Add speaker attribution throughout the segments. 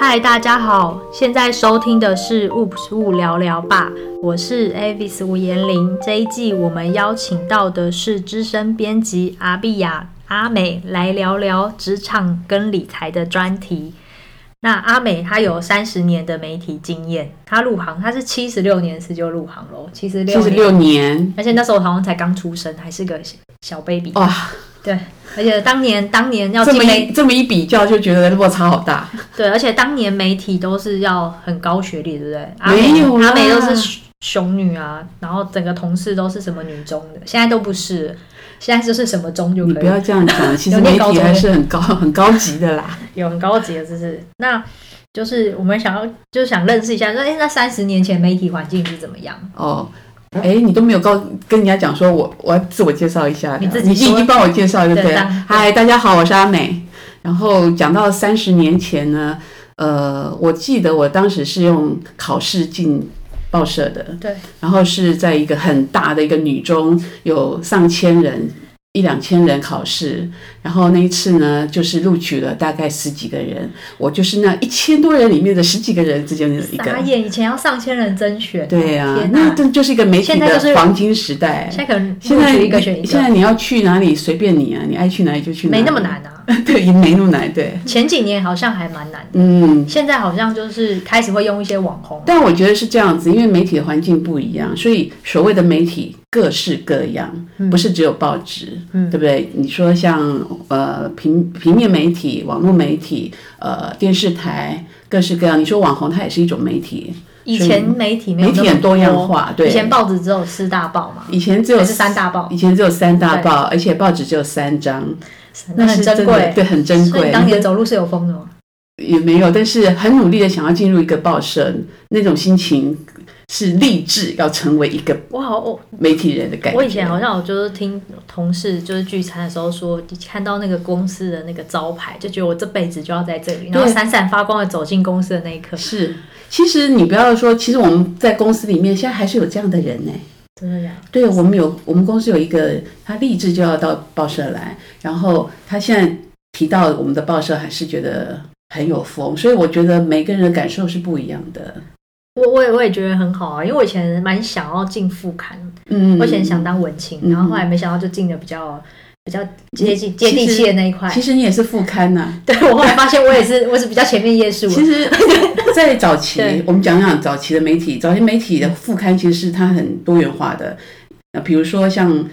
Speaker 1: 嗨，大家好，现在收听的是《Oops 物聊聊吧》，我是 Avis 吴延玲。这一季我们邀请到的是资深编辑阿碧雅阿美来聊聊职场跟理财的专题。那阿美她有三十年的媒体经验，她入行她是七十六年时就入行喽，七十六，
Speaker 2: 七十，六年，
Speaker 1: 而且那时候好像才刚出生，还是个小小 baby。
Speaker 2: 哇，
Speaker 1: 对，而且当年当年要
Speaker 2: 这
Speaker 1: 进
Speaker 2: 么
Speaker 1: 媒
Speaker 2: 一这么一比较，就觉得落差好大。
Speaker 1: 对，而且当年媒体都是要很高学历，对不对？阿
Speaker 2: 没
Speaker 1: 美
Speaker 2: 有啦
Speaker 1: 阿美都是熊女啊，然后整个同事都是什么女中的，现在都不是，现在就是什么中就
Speaker 2: 你
Speaker 1: 可
Speaker 2: 不
Speaker 1: 以
Speaker 2: 要，这样讲，其实
Speaker 1: 有点
Speaker 2: 媒
Speaker 1: 高
Speaker 2: 体
Speaker 1: 中
Speaker 2: 还是很高很高级的啦。
Speaker 1: 有很高级的知识。那就是我们想要就是想认识一下，说哎，那三十年前媒体环境是怎么样？
Speaker 2: 哦，哎，你都没有告跟人家讲说我我要自我介绍一下的，
Speaker 1: 你自己
Speaker 2: 已经
Speaker 1: 说
Speaker 2: 已经帮我介绍就对
Speaker 1: 对
Speaker 2: 了
Speaker 1: 当。
Speaker 2: 嗨，大家好，我是阿美。然后讲到三十年前呢，呃，我记得我当时是用考试进报社的，
Speaker 1: 对，
Speaker 2: 然后是在一个很大的一个女中，有上千人、一两千人考试。然后那一次呢，就是录取了大概十几个人，我就是那一千多人里面的十几个人之间的一
Speaker 1: 傻
Speaker 2: 个。
Speaker 1: 眼，以前要上千人甄选，啊
Speaker 2: 对呀、
Speaker 1: 天
Speaker 2: 那
Speaker 1: 哪！
Speaker 2: 这就是一个媒体
Speaker 1: 现在就是
Speaker 2: 的黄金时代。
Speaker 1: 现在可能
Speaker 2: 现在
Speaker 1: 录取一个选一
Speaker 2: 现
Speaker 1: 个，
Speaker 2: 在你要去哪里随便你啊，你爱去哪里就去哪里，
Speaker 1: 没那么，难啊。
Speaker 2: 对，也没那么难，对，
Speaker 1: 前几年好像还蛮难的，
Speaker 2: 嗯，
Speaker 1: 现在好像就是开始会用一些网红。
Speaker 2: 但我觉得是这样子，因为媒体的环境不一样，所以所谓的媒体各式各样，不是只有报纸，
Speaker 1: 嗯
Speaker 2: 对不对？你说像呃平平面媒体、网络媒体、呃电视台，各式各样。你说网红，它也是一种媒体，
Speaker 1: 以前媒体没有
Speaker 2: 媒
Speaker 1: 那
Speaker 2: 体
Speaker 1: 么
Speaker 2: 很多样化，对。
Speaker 1: 以前报纸只有四大报嘛，
Speaker 2: 以前只有
Speaker 1: 还是三大报
Speaker 2: 以前只有三大报，而且报纸只有三张，
Speaker 1: 那
Speaker 2: 是
Speaker 1: 很珍
Speaker 2: 真的
Speaker 1: 贵。
Speaker 2: 对，很珍
Speaker 1: 所以
Speaker 2: 贵。
Speaker 1: 你当年走路是有风的吗？
Speaker 2: 也没有，但是很努力的想要进入一个报社，那种心情是立志要成为一个
Speaker 1: 我好，我
Speaker 2: 媒体人的感觉。
Speaker 1: 我以前好像我就是听同事就是聚餐的时候说，看到那个公司的那个招牌，就觉得我这辈子就要在这里，然后闪闪发光的走进公司的那一刻，
Speaker 2: 是，其实你不要说，其实我们在公司里面现在还是有这样的人呢、
Speaker 1: 真的呀，
Speaker 2: 对我们有，我们公司有一个，他立志就要到报社来，然后他现在提到我们的报社，还是觉得很有风，所以我觉得每个人的感受是不一样的。
Speaker 1: 我我也我也觉得很好啊，因为我以前蛮想要进副刊，
Speaker 2: 嗯，
Speaker 1: 我以前想当文青，
Speaker 2: 嗯
Speaker 1: 然后后来没想到就进的比较比较接近接地
Speaker 2: 其实
Speaker 1: 气的那一块
Speaker 2: 其。实你也是副刊呐、
Speaker 1: 对我后来发现我也是我是比较前面页数啊，
Speaker 2: 其实， 在早期
Speaker 1: 对，
Speaker 2: 我们讲讲早期的媒体，早期媒体的副刊其实是它很多元化的，呃，比如说像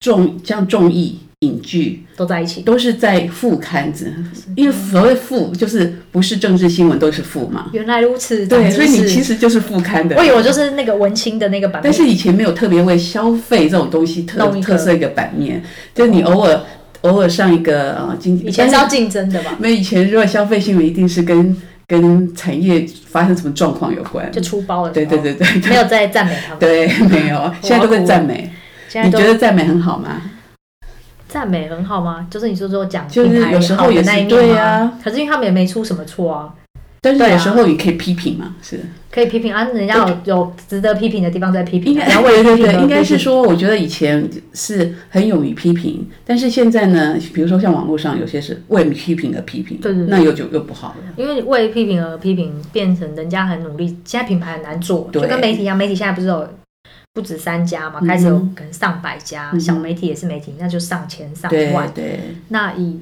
Speaker 2: 综像综艺、影剧，
Speaker 1: 都在一起。
Speaker 2: 都是在副刊子，因为所谓副就是不是政治新闻都是副嘛，
Speaker 1: 原来如此，
Speaker 2: 对，
Speaker 1: 长
Speaker 2: 所
Speaker 1: 知
Speaker 2: 以
Speaker 1: 识
Speaker 2: 你其实就是副刊的
Speaker 1: 我。以为我就是那个文青的那个版本，
Speaker 2: 但是以前没有特别为消费这种东西特
Speaker 1: 弄一个哦
Speaker 2: 特色一个版面，就是你偶尔偶尔上一个呃经济，
Speaker 1: 以前是要竞争的吧？
Speaker 2: 没有以前如果消费新闻一定是跟跟产业发生什么状况有关，
Speaker 1: 就出包了，哦
Speaker 2: 对对，对对
Speaker 1: 没有在赞美他们，
Speaker 2: 对，没有，现在都会赞美。
Speaker 1: 现在
Speaker 2: 你觉
Speaker 1: 都
Speaker 2: 得赞美很好吗？
Speaker 1: 赞美很好吗？就是你说说讲
Speaker 2: 就是
Speaker 1: 品牌
Speaker 2: 有时候
Speaker 1: 好的
Speaker 2: 也是
Speaker 1: 那一面
Speaker 2: 对
Speaker 1: 吗
Speaker 2: 啊，
Speaker 1: 可是因为他们也没出什么错啊，
Speaker 2: 但
Speaker 1: 对
Speaker 2: 是
Speaker 1: 啊
Speaker 2: 有时候也可以批评嘛，是。
Speaker 1: 可以批评啊，人家有有值得批评的地方再批
Speaker 2: 应
Speaker 1: 评啊，
Speaker 2: 该
Speaker 1: 然后为了批评
Speaker 2: 对对
Speaker 1: 而批
Speaker 2: 对，
Speaker 1: 评
Speaker 2: 应该是说，我觉得以前是很勇于批评，但是现在呢，比如说像网络上有些是为批评而批评，
Speaker 1: 对对对
Speaker 2: 那又就又不好了。
Speaker 1: 因为为批评而批评，变成人家很努力。现在品牌很难做，就
Speaker 2: 对
Speaker 1: 跟媒体一样，媒体现在不是有不止三家嘛，开始有可能上百家，
Speaker 2: 嗯
Speaker 1: 小媒体也是媒体，那就上千上
Speaker 2: 对
Speaker 1: 万。
Speaker 2: 对，
Speaker 1: 那以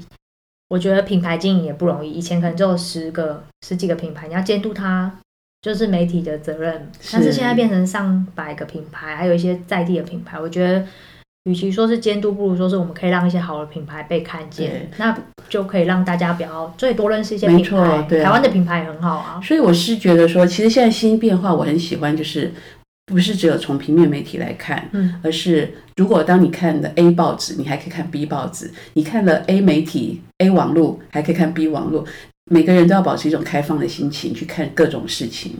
Speaker 1: 我觉得品牌经营也不容易，以前可能就有十个、十几个品牌，你要监督它，就是媒体的责任。
Speaker 2: 是
Speaker 1: 但是现在变成上百个品牌，还有一些在地的品牌，我觉得。与其说是监督，不如说是我们可以让一些好的品牌被看见
Speaker 2: 对，
Speaker 1: 那就可以让大家比较最多认识一些
Speaker 2: 没
Speaker 1: 品
Speaker 2: 错
Speaker 1: 牌。
Speaker 2: 对啊
Speaker 1: 台湾的品牌也很好啊，
Speaker 2: 所以我是觉得说，其实现在新变化，我很喜欢，就是不是只有从平面媒体来看，
Speaker 1: 嗯，
Speaker 2: 而是如果当你看了 A 报纸，你还可以看 B 报纸；你看了 A 媒体、A 网络，还可以看 B 网络。每个人都要保持一种开放的心情去看各种事情，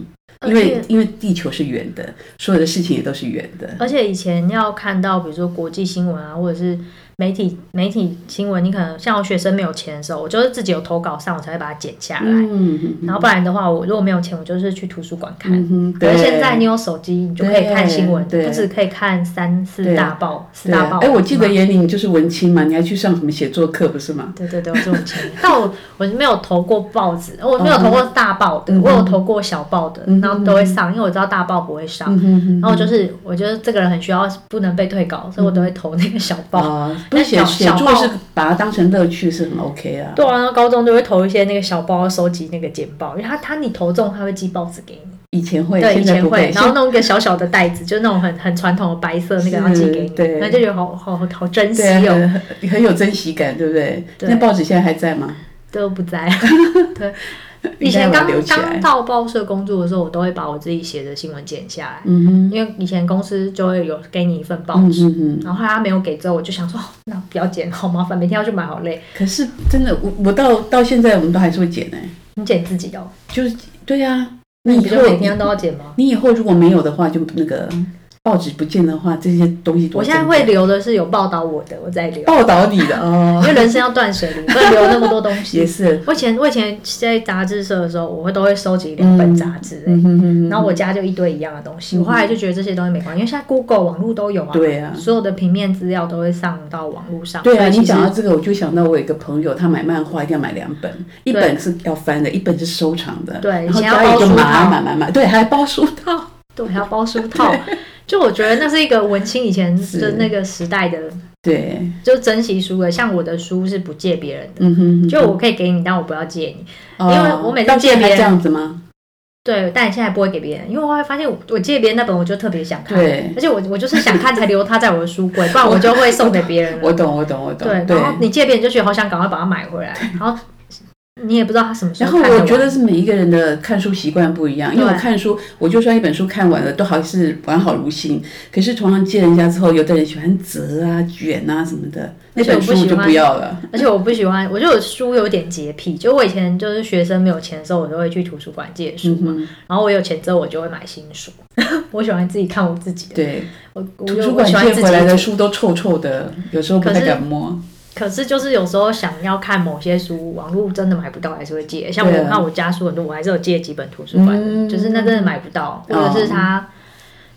Speaker 2: 因为
Speaker 1: 而且
Speaker 2: 因为地球是圆的，所有的事情也都是圆的。
Speaker 1: 而且以前要看到比如说国际新闻啊，或者是媒体媒体新闻，你可能像我学生没有钱的时候，我就是自己有投稿上，我才会把它剪下来。
Speaker 2: 嗯
Speaker 1: 然后不然的话，我如果没有钱，我就是去图书馆看。
Speaker 2: 嗯哼，
Speaker 1: 可
Speaker 2: 对。
Speaker 1: 是现在你有手机，你就可以看新闻，
Speaker 2: 对
Speaker 1: 不止可以看三四
Speaker 2: 对
Speaker 1: 大报、四
Speaker 2: 对
Speaker 1: 大
Speaker 2: 啊
Speaker 1: 报。
Speaker 2: 哎，我记得严玲你就是文青嘛，你还去上什么写作课不是吗？
Speaker 1: 对对对，我这种钱，但我我没有投过报纸，我没有投过
Speaker 2: 嗯
Speaker 1: 大报的，我有投过小报的，然后都会上，因为我知道大报不会上。
Speaker 2: 嗯
Speaker 1: 然后我就是我觉得这个人很需要不能被退稿，所以我都
Speaker 2: 嗯
Speaker 1: 会投那个小报。
Speaker 2: 啊，不
Speaker 1: 那
Speaker 2: 是写
Speaker 1: 小
Speaker 2: 写
Speaker 1: 小
Speaker 2: 作
Speaker 1: 报
Speaker 2: 是把它当成乐趣是很 OK 啊。
Speaker 1: 对啊，然后高中就会投一些那个小报，收集那个简报，因为他他你投中，他会寄报纸给你。
Speaker 2: 以前会，
Speaker 1: 对，以
Speaker 2: 现在
Speaker 1: 前
Speaker 2: 不
Speaker 1: 会，然后
Speaker 2: 现
Speaker 1: 弄一个小小的袋子，就那种很很传统的白色那个，然后寄给
Speaker 2: 是对
Speaker 1: 你，那就觉得好好好珍惜
Speaker 2: 对啊
Speaker 1: 哦。
Speaker 2: 很很有珍惜感，对不对？
Speaker 1: 对
Speaker 2: 那报纸现在还在吗？
Speaker 1: 都不在。对，以
Speaker 2: 应该
Speaker 1: 前
Speaker 2: 把它
Speaker 1: 刚
Speaker 2: 留起来
Speaker 1: 刚到报社工作的时候，我都会把我自己写的新闻剪下来，
Speaker 2: 嗯哼，
Speaker 1: 因为以前公司就会有给你一份报
Speaker 2: 嗯
Speaker 1: 纸。
Speaker 2: 嗯嗯。
Speaker 1: 然后后来他没有给之后，我就想说，哦那不要剪，好麻烦，每天要去买，好累。
Speaker 2: 可是真的，我我到到现在我们都还是会剪呢、
Speaker 1: 你剪自己哦，
Speaker 2: 就是对啊，
Speaker 1: 那你不
Speaker 2: 以
Speaker 1: 就每天
Speaker 2: 后
Speaker 1: 都要剪吗？
Speaker 2: 你以后如果没有的话，就那个报纸不见的话，这些东西多
Speaker 1: 我现在
Speaker 2: 珍
Speaker 1: 会
Speaker 2: 贵
Speaker 1: 留的是有报道我的，我再留，
Speaker 2: 报道你的哦
Speaker 1: 因，为人生要断舍离，不能留那么多东西。
Speaker 2: 也是，
Speaker 1: 我以前我以前在杂志社的时候，我会都会收集两本杂志、欸
Speaker 2: 嗯哼哼
Speaker 1: 然后我家就一堆一样的东西，我后来就觉得这些东西没关系，因为现在 Google 网络都有啊，
Speaker 2: 对啊
Speaker 1: 所有的平面资料都会上到网络上。
Speaker 2: 对
Speaker 1: 所
Speaker 2: 啊，
Speaker 1: 以其实
Speaker 2: 你讲到这个，我就想到我有一个朋友，他买漫画一定要买两本，一
Speaker 1: 对
Speaker 2: 本是要翻的，一本是收藏的，
Speaker 1: 对
Speaker 2: 然
Speaker 1: 以
Speaker 2: 后
Speaker 1: 前要
Speaker 2: 家里
Speaker 1: 包
Speaker 2: 就
Speaker 1: 书
Speaker 2: 买
Speaker 1: 套
Speaker 2: 买买买，对，还包书套，
Speaker 1: 对，还要包书套，啊 就我觉得那是一个文青以前
Speaker 2: 是
Speaker 1: 的那个时代的，
Speaker 2: 对，
Speaker 1: 就珍惜书的。像我的书是不借别人的，
Speaker 2: 嗯哼哼，
Speaker 1: 就我可以给你，但我不要借你。
Speaker 2: 哦
Speaker 1: 因为我每次
Speaker 2: 到
Speaker 1: 借
Speaker 2: 现在
Speaker 1: 别
Speaker 2: 还
Speaker 1: 人
Speaker 2: 这样子吗？
Speaker 1: 对，但现在不会给别人，因为我会发现我我借别人那本，我就特别想看，
Speaker 2: 对
Speaker 1: 而且我我就是想看才留它在我的书柜，不然我就会送给别人了。
Speaker 2: 我懂，我懂，我懂，
Speaker 1: 嗯对，然后你借别人就觉得好想赶快把它买回来，然后你也不知道他什么时
Speaker 2: 然
Speaker 1: 候
Speaker 2: 后
Speaker 1: 看得完。
Speaker 2: 我觉得是每一个人的看书习惯不一样，因为我
Speaker 1: 对
Speaker 2: 看书，我就算一本书看完了，都还是完好如新。可是常常借人家之后，有的人喜欢折啊、卷啊什么的，那
Speaker 1: 而且我
Speaker 2: 本
Speaker 1: 不
Speaker 2: 书我就
Speaker 1: 喜欢
Speaker 2: 不要了。
Speaker 1: 而且我不喜欢，我就有书有点洁癖，就我以前就是学生没有钱的时候，我都会去图书馆借书
Speaker 2: 嗯
Speaker 1: 嘛。然后我有钱之后，我就会买新书。 我喜欢自己看我自己的，
Speaker 2: 对，
Speaker 1: 我我
Speaker 2: 图
Speaker 1: 就
Speaker 2: 书
Speaker 1: 我
Speaker 2: 馆
Speaker 1: 喜欢自
Speaker 2: 借
Speaker 1: 己
Speaker 2: 回来的
Speaker 1: 读。
Speaker 2: 书都臭臭的，有时候不
Speaker 1: 可
Speaker 2: 太
Speaker 1: 是
Speaker 2: 敢摸。
Speaker 1: 可是就是有时候想要看某些书，网络真的买不到，还是会借。像我
Speaker 2: 对啊
Speaker 1: 看我家书很多，我还是有借几本图书馆的，
Speaker 2: 嗯
Speaker 1: 就是那真的买不到，或
Speaker 2: 哦
Speaker 1: 者是他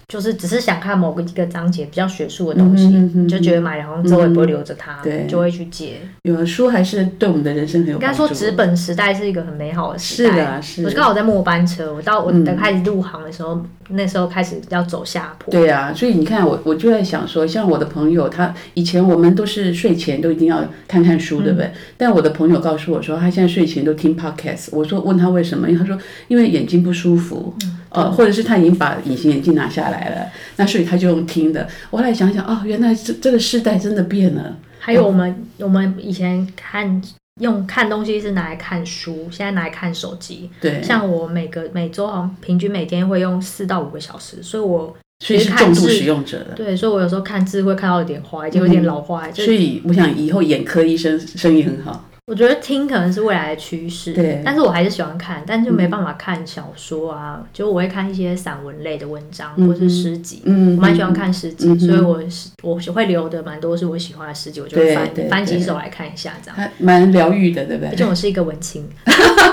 Speaker 1: 就是只是想看某个一个章节比较学术的东西，
Speaker 2: 嗯哼嗯哼嗯
Speaker 1: 你就觉得买了，然后之后也不会留着它，
Speaker 2: 对
Speaker 1: 就会去借。
Speaker 2: 有的书还是对我们的人生很有
Speaker 1: 应该
Speaker 2: 帮
Speaker 1: 说
Speaker 2: 助。
Speaker 1: 纸本时代是一个很美好的时代。
Speaker 2: 是啊是
Speaker 1: 我刚好在末班车，我到我等开始入行的时候，那时候开始要走下坡。
Speaker 2: 对啊，所以你看，我我就在想说，像我的朋友，他以前我们都是睡前都一定要看看书，对不
Speaker 1: 嗯
Speaker 2: 对？但我的朋友告诉我说，他现在睡前都听 podcast。我说问他为什么，因为他说因为眼睛不舒服，
Speaker 1: 嗯
Speaker 2: 呃，或者是他已经把隐形眼镜拿下来了，那所以他就用听的。我后来想想，哦，原来这这个时代真的变了。
Speaker 1: 还有我们、
Speaker 2: 哦
Speaker 1: 我们以前看用看东西是拿来看书，现在拿来看手机。
Speaker 2: 对，
Speaker 1: 像我每个每周好像平均每天会用四到五个小时，所以我
Speaker 2: 所以是重度使用者了。
Speaker 1: 对，所以我有时候看字会看到有点花，已经有点老花。就
Speaker 2: 嗯所
Speaker 1: 是
Speaker 2: 以我想以后眼科医生生意很好。
Speaker 1: 我觉得听可能是未来的趋势，
Speaker 2: 对
Speaker 1: 但是我还是喜欢看，但就没办法看小说啊，就我会看一些散文类的文章、或是诗集。
Speaker 2: 嗯，
Speaker 1: 我蛮喜欢看诗集，
Speaker 2: 嗯哼
Speaker 1: 所以我是我是会留的蛮多是我喜欢的诗集，我就会
Speaker 2: 对
Speaker 1: 翻
Speaker 2: 对
Speaker 1: 翻几
Speaker 2: 对
Speaker 1: 首来看一下这样。
Speaker 2: 还蛮疗愈的，对不对
Speaker 1: 而？且我是一个文 青，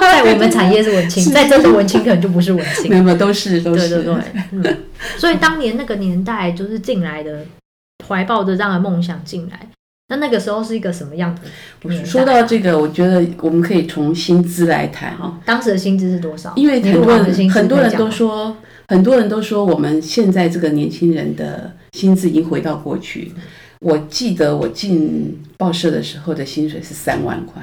Speaker 1: 在我们产业是文青，在这个文青可能就不是文青
Speaker 2: 没。有没有，都是都
Speaker 1: 对
Speaker 2: 是。
Speaker 1: 对对，嗯。 所以当年那个年代就是进来的，怀抱着这样的梦想进来。那那个时候是一个什么样的
Speaker 2: 我
Speaker 1: 年代？啊
Speaker 2: 说到这个，我觉得我们可以从薪资来谈
Speaker 1: 好，哦当时的薪资是多少？
Speaker 2: 因为
Speaker 1: 你
Speaker 2: 很
Speaker 1: 入
Speaker 2: 多
Speaker 1: 行的
Speaker 2: 人
Speaker 1: 薪资
Speaker 2: 很多
Speaker 1: 可以
Speaker 2: 人
Speaker 1: 讲哦
Speaker 2: 都
Speaker 1: 吗
Speaker 2: 说，很多人都说我们现在这个年轻人的薪资已经回到过去。我记得我进报社的时候的薪水是三万块，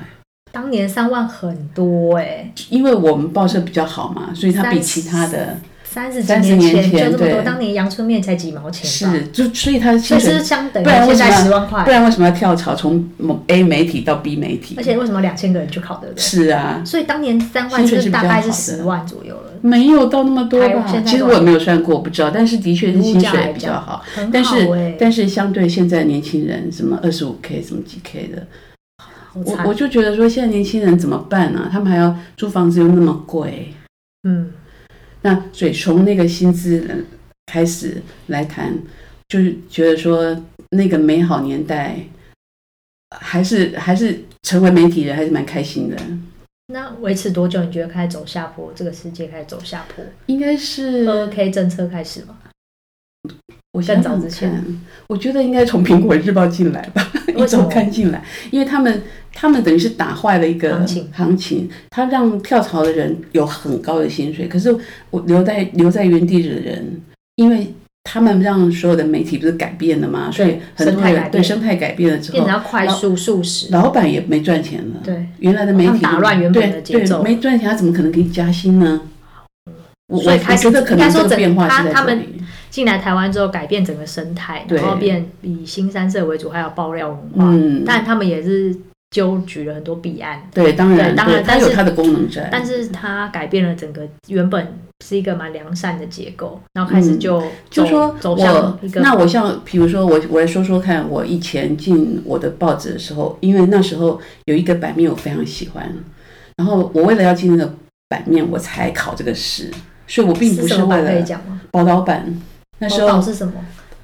Speaker 1: 当年三万很多哎、
Speaker 2: 因为我们报社比较好嘛，所以它比其他的
Speaker 1: 三十几
Speaker 2: 30年
Speaker 1: 前
Speaker 2: 前
Speaker 1: 就这么多，
Speaker 2: 对
Speaker 1: 当年阳春面才几毛钱吧，
Speaker 2: 是就所以它的
Speaker 1: 所
Speaker 2: 薪
Speaker 1: 以是不
Speaker 2: 水
Speaker 1: 是，相等于
Speaker 2: 不然为
Speaker 1: 现在
Speaker 2: 什
Speaker 1: 十
Speaker 2: 么
Speaker 1: 万块
Speaker 2: 不。然为什么要跳槽从某 A 媒体到 B 媒体
Speaker 1: 而？且为什么两千个人去考，对不对？
Speaker 2: 是啊，
Speaker 1: 所以当年三万
Speaker 2: 薪
Speaker 1: 就
Speaker 2: 水
Speaker 1: 是是
Speaker 2: 比较
Speaker 1: 大概是
Speaker 2: 好的
Speaker 1: 十万左右了，
Speaker 2: 没有到那么多
Speaker 1: 还有
Speaker 2: 吧
Speaker 1: 现？在
Speaker 2: 其实我也没有算过，我不知道，但是的确是薪水比较好。欸
Speaker 1: 很
Speaker 2: 但
Speaker 1: 好
Speaker 2: 是、
Speaker 1: 哎、
Speaker 2: 但是相对现在年轻人什么二十五 k 什么几 k 的，
Speaker 1: 好
Speaker 2: 我
Speaker 1: 惨
Speaker 2: 我就觉得说现在年轻人怎么办啊呢、他们还要租房子又那么贵，
Speaker 1: 嗯，
Speaker 2: 那所以从那个薪资呃开始来谈，就是觉得说那个美好年代还是还是成为媒体人，还是蛮开心的。
Speaker 1: 那维持多久？你觉得开始走下坡？这个世界开始走下坡？
Speaker 2: 应该是
Speaker 1: 二 K 政策开始吗？
Speaker 2: 我
Speaker 1: 更
Speaker 2: 想
Speaker 1: 早
Speaker 2: 想
Speaker 1: 之前
Speaker 2: 看，我觉得应该从《苹果日报》进来吧，一
Speaker 1: 为什么
Speaker 2: 周刊进来，因为他们他们等于是打坏了一个
Speaker 1: 行情
Speaker 2: 行情，他让跳槽的人有很高的薪水，可是我留在留在原地的人，因为他们让所有的媒体不是改变了吗？所以很多
Speaker 1: 生态改
Speaker 2: 人
Speaker 1: 变
Speaker 2: 对生态改变了之
Speaker 1: 变
Speaker 2: 后
Speaker 1: 成，要快速速食，
Speaker 2: 老板也没赚钱了。
Speaker 1: 对，
Speaker 2: 原来的媒
Speaker 1: 好
Speaker 2: 体
Speaker 1: 像打乱原本的节
Speaker 2: 对
Speaker 1: 奏嗯
Speaker 2: 对，没赚钱，他怎么可能给你加薪呢？我
Speaker 1: 所以
Speaker 2: 我
Speaker 1: 开
Speaker 2: 我
Speaker 1: 始
Speaker 2: 觉得可
Speaker 1: 应
Speaker 2: 能
Speaker 1: 该说
Speaker 2: 这个
Speaker 1: 整
Speaker 2: 变化
Speaker 1: 他
Speaker 2: 是在
Speaker 1: 他
Speaker 2: 这
Speaker 1: 们
Speaker 2: 里。
Speaker 1: 进来台湾之后改变整个生态，然后
Speaker 2: 对
Speaker 1: 变以新三色为主，还有爆料文化，
Speaker 2: 嗯，
Speaker 1: 但他们也是纠举了很多弊案，
Speaker 2: 对，当然，
Speaker 1: 对当然
Speaker 2: 它
Speaker 1: 但是
Speaker 2: 有它的功能在。
Speaker 1: 但是它改变了整个原本是一个蛮良善的结构，然后开始就走、
Speaker 2: 嗯就说
Speaker 1: 走向
Speaker 2: 我
Speaker 1: 一，个
Speaker 2: 那我像，比如说我，我来说说看，我以前进我的报纸的时候，因为那时候有一个版面我非常喜欢，然后我为了要进那个版面，我才考这个试，所以我并不
Speaker 1: 什
Speaker 2: 是
Speaker 1: 么
Speaker 2: 为
Speaker 1: 版可以
Speaker 2: 了
Speaker 1: 讲吗？
Speaker 2: 报道版。那时
Speaker 1: 报道
Speaker 2: 候
Speaker 1: 是什么？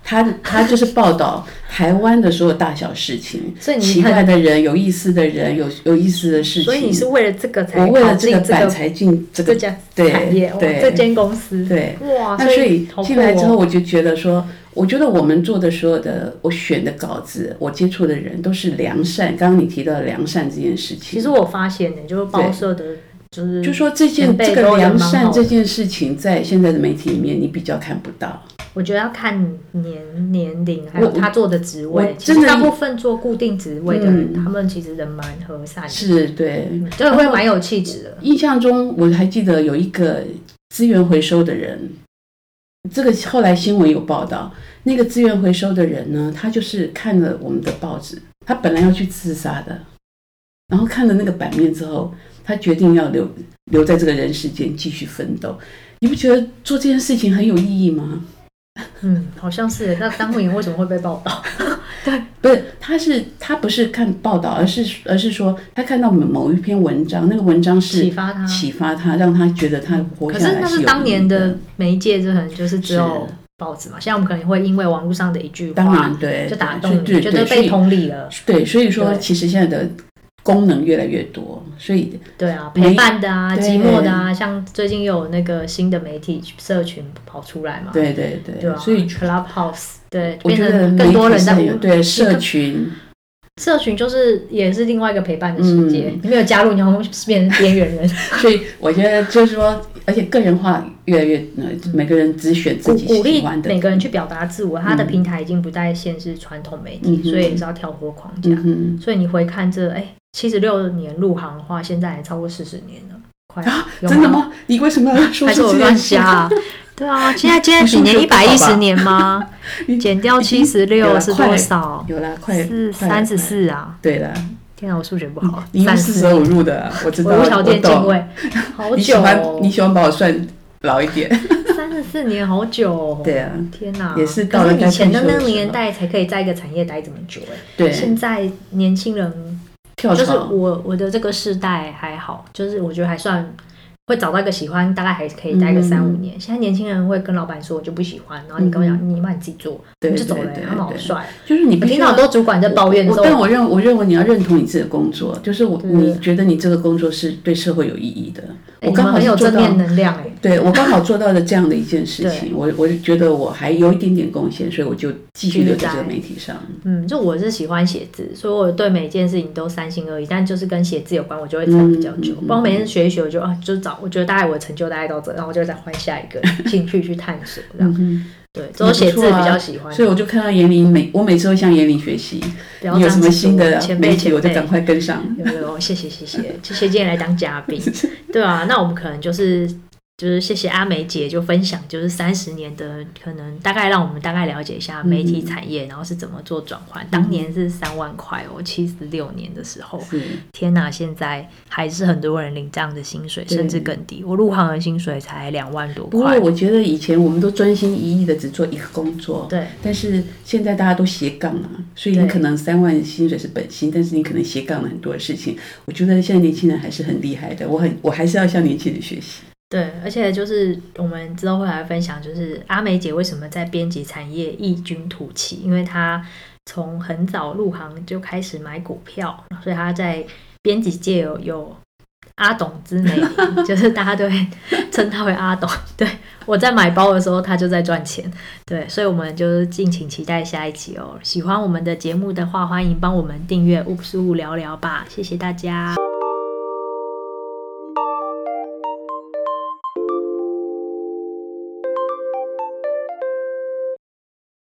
Speaker 2: 他他就是报道台湾的所有大小事情，
Speaker 1: 所以
Speaker 2: 奇
Speaker 1: 你
Speaker 2: 怪
Speaker 1: 很，
Speaker 2: 的人、有意思的人、有有意思的事情。
Speaker 1: 所以你是为了这个才
Speaker 2: 我为
Speaker 1: 考
Speaker 2: 了这
Speaker 1: 进
Speaker 2: 个
Speaker 1: 这
Speaker 2: 版
Speaker 1: 个
Speaker 2: 才进这
Speaker 1: 这
Speaker 2: 个
Speaker 1: 家
Speaker 2: 对
Speaker 1: 产业，哇
Speaker 2: 对
Speaker 1: 这间公司，
Speaker 2: 对。
Speaker 1: 哇，
Speaker 2: 那所以
Speaker 1: 好酷
Speaker 2: 进来之后，
Speaker 1: 哦，
Speaker 2: 我就觉得说，我觉得我们做的所有的，我选的稿子，我接触的人都是良善。刚刚你提到的良善这件事情，
Speaker 1: 其实我发现呢，就是报
Speaker 2: 对
Speaker 1: 社的，就是
Speaker 2: 就说这件
Speaker 1: 前辈
Speaker 2: 这
Speaker 1: 都人
Speaker 2: 个良
Speaker 1: 蛮好
Speaker 2: 善
Speaker 1: 的
Speaker 2: 这件事情，在现在的媒体里面，你比较看不到。
Speaker 1: 我觉得要看年年龄，还有
Speaker 2: 我
Speaker 1: 他做的职
Speaker 2: 我
Speaker 1: 位。其
Speaker 2: 真
Speaker 1: 实
Speaker 2: 的
Speaker 1: 大部分做固定职位的人，
Speaker 2: 嗯
Speaker 1: 他们其实人蛮和善的，
Speaker 2: 是对，
Speaker 1: 嗯就会蛮有气质的。
Speaker 2: 印象中我还记得有一个资源回收的人，这个后来新闻有报道，那个资源回收的人呢，他就是看了我们的报纸，他本来要去自杀的，然后看了那个版面之后，他决定要留留在这个人世间继续奋斗。你不觉得做这件事情很有意义吗？
Speaker 1: 嗯，好像是。那当年为什么会被报 道？
Speaker 2: 不是，他是他不是看报道，而是而是说他看到某某一篇文章，那个文章
Speaker 1: 启
Speaker 2: 是
Speaker 1: 发他。
Speaker 2: 启发他，让他觉得他活
Speaker 1: 可
Speaker 2: 下
Speaker 1: 是
Speaker 2: 来
Speaker 1: 那
Speaker 2: 有
Speaker 1: 是
Speaker 2: 意义
Speaker 1: 当年
Speaker 2: 的
Speaker 1: 的媒介，就可能就是只有
Speaker 2: 是
Speaker 1: 报纸嘛。现在我们可能会因为网络上的一句
Speaker 2: 当
Speaker 1: 话
Speaker 2: 然，对，
Speaker 1: 就打
Speaker 2: 对
Speaker 1: 动
Speaker 2: 对
Speaker 1: 你，觉得
Speaker 2: 对，所
Speaker 1: 被
Speaker 2: 以
Speaker 1: 同理了。
Speaker 2: 对，所以说
Speaker 1: 对
Speaker 2: 其实现在的功能越来越多，所以
Speaker 1: 对啊，
Speaker 2: 没
Speaker 1: 陪伴的啊，
Speaker 2: 嗯对
Speaker 1: 寂寞的啊，像最近又有那个新的媒体社群跑出来嘛。
Speaker 2: 对对对，
Speaker 1: 对啊，
Speaker 2: 所以
Speaker 1: Clubhouse 对
Speaker 2: 我
Speaker 1: 变
Speaker 2: 觉得
Speaker 1: 成更多人在
Speaker 2: 媒体是 有对社群，
Speaker 1: 社群就是也是另外一个陪伴的世界，
Speaker 2: 嗯
Speaker 1: 你没有加入，你好像变成边缘人，
Speaker 2: 所以我觉得就是说，而且个人化越来越，呃每个人只选
Speaker 1: 鼓
Speaker 2: 自己
Speaker 1: 鼓
Speaker 2: 喜
Speaker 1: 励
Speaker 2: 欢的，
Speaker 1: 每个人去表达自我，他的
Speaker 2: 嗯
Speaker 1: 平台已经不再限制传统媒
Speaker 2: 嗯
Speaker 1: 体，
Speaker 2: 哼
Speaker 1: 所以也是要跳脱框架。
Speaker 2: 嗯哼，
Speaker 1: 所以你回看这哎七十六年入行的话，现在也超过四十年了，快嗯有
Speaker 2: 啊真的？吗？你为什么要说
Speaker 1: 还是
Speaker 2: 出
Speaker 1: 我
Speaker 2: 这
Speaker 1: 乱
Speaker 2: 件事
Speaker 1: 加、啊？ 对啊，现在现在
Speaker 2: 你
Speaker 1: 几
Speaker 2: 数学
Speaker 1: 年一
Speaker 2: 不
Speaker 1: 百
Speaker 2: 好
Speaker 1: 一
Speaker 2: 吧
Speaker 1: 十年 吗？减掉七十
Speaker 2: 有
Speaker 1: 六
Speaker 2: 了
Speaker 1: 是
Speaker 2: 快
Speaker 1: 多少？
Speaker 2: 有啦，快
Speaker 1: 是
Speaker 2: 快了
Speaker 1: 三十。四啊！
Speaker 2: 对了，
Speaker 1: 天啊，我数学不好，
Speaker 2: 你用
Speaker 1: 三
Speaker 2: 四
Speaker 1: 十
Speaker 2: 舍五入的，我知道，
Speaker 1: 我无条件
Speaker 2: 我懂
Speaker 1: 敬 畏，好
Speaker 2: 你喜
Speaker 1: 久
Speaker 2: 欢
Speaker 1: 哦，
Speaker 2: 你喜欢把我算老一点，
Speaker 1: 三十四年好久哦。
Speaker 2: 对啊，
Speaker 1: 天哪，
Speaker 2: 也是到了
Speaker 1: 可是以前的那
Speaker 2: 该退休的
Speaker 1: 个
Speaker 2: 时候
Speaker 1: 年代才可以在一个产业待这么久哎。
Speaker 2: 对，
Speaker 1: 现在年轻人
Speaker 2: 跳
Speaker 1: 就是
Speaker 2: 槽，
Speaker 1: 我我的这个世代还好，就是我觉得还算。会找到一个喜欢，大概还可以待个三
Speaker 2: 嗯
Speaker 1: 五年。现在年轻人会跟老板说：“我就不喜欢。”然后你跟我讲：“你妈你自己做，
Speaker 2: 对
Speaker 1: 你
Speaker 2: 嗯
Speaker 1: 就
Speaker 2: 对对
Speaker 1: 走了。”欸
Speaker 2: 对
Speaker 1: 他们好
Speaker 2: 对
Speaker 1: 帅。哦
Speaker 2: 就是你
Speaker 1: 我
Speaker 2: 不
Speaker 1: 听到很多主管在抱怨的
Speaker 2: 我
Speaker 1: 时
Speaker 2: 我
Speaker 1: 候
Speaker 2: 但，我认我认为你要认同你自己的工作，就是我
Speaker 1: 对
Speaker 2: 你觉得你这个工作是对社会有意义的。
Speaker 1: 哎
Speaker 2: 我
Speaker 1: 你们
Speaker 2: 刚好
Speaker 1: 很
Speaker 2: 是
Speaker 1: 有
Speaker 2: 做
Speaker 1: 正
Speaker 2: 到，
Speaker 1: 面能量哎。
Speaker 2: 对我刚好做到了这样的一件事情，我我就觉得我还有一点点贡献，所以我就继续留在这个媒体上。
Speaker 1: 嗯，就我是喜欢写字，所以我对每件事情都三心二意，但就是跟写字有关，我就会撑比较久。
Speaker 2: 嗯嗯嗯
Speaker 1: 不然每天学一学，我就啊，就找，我觉得大概我的成就大概到这，然后我就再换下一个兴趣去探索这样。
Speaker 2: 嗯
Speaker 1: 对，只有写字比较喜欢。
Speaker 2: 哼，啊所以我就看到严玲每我每次会向严玲学习，
Speaker 1: 不要
Speaker 2: 你
Speaker 1: 这样
Speaker 2: 有什
Speaker 1: 子
Speaker 2: 么新的
Speaker 1: 说前辈
Speaker 2: 媒体，
Speaker 1: 前
Speaker 2: 我就
Speaker 1: 辈
Speaker 2: 赶。快跟上。
Speaker 1: 有有有，谢谢谢谢，谢谢今天来当嘉 宾。对啊，那我们可能就是就是谢谢阿梅姐就分享，就是三十年的可能大概让我们大概了解一下媒体产业，然后是怎么做转
Speaker 2: 嗯
Speaker 1: 换。当年是三万块哦，七十六年的时候。
Speaker 2: 是，
Speaker 1: 天呐，现在还是很多人领这样的薪水，
Speaker 2: 对
Speaker 1: 甚至更低。我入行的薪水才两万多
Speaker 2: 不过
Speaker 1: 块，
Speaker 2: 我觉得以前我们都专心一意的只做一个工作，
Speaker 1: 对，
Speaker 2: 但是现在大家都斜杠啊，所以
Speaker 1: 对
Speaker 2: 你可能三万薪水是本薪，但是你可能斜杠了很多的事情。我觉得现在年轻人还是很厉害的，我很我还是要向年轻人学习。
Speaker 1: 对，而且就是我们之后会来分享，就是阿梅姐为什么在编辑产业异军突起，因为她从很早入行就开始买股票，所以他在编辑界有有阿董之美名， 就是大家都会称他为阿董。对我在买包的时候，他就在赚钱。对，所以我们就是敬请期待下一集哦。喜欢我们的节目的话，欢迎帮我们订阅《Oops 物聊聊吧》，谢谢大家。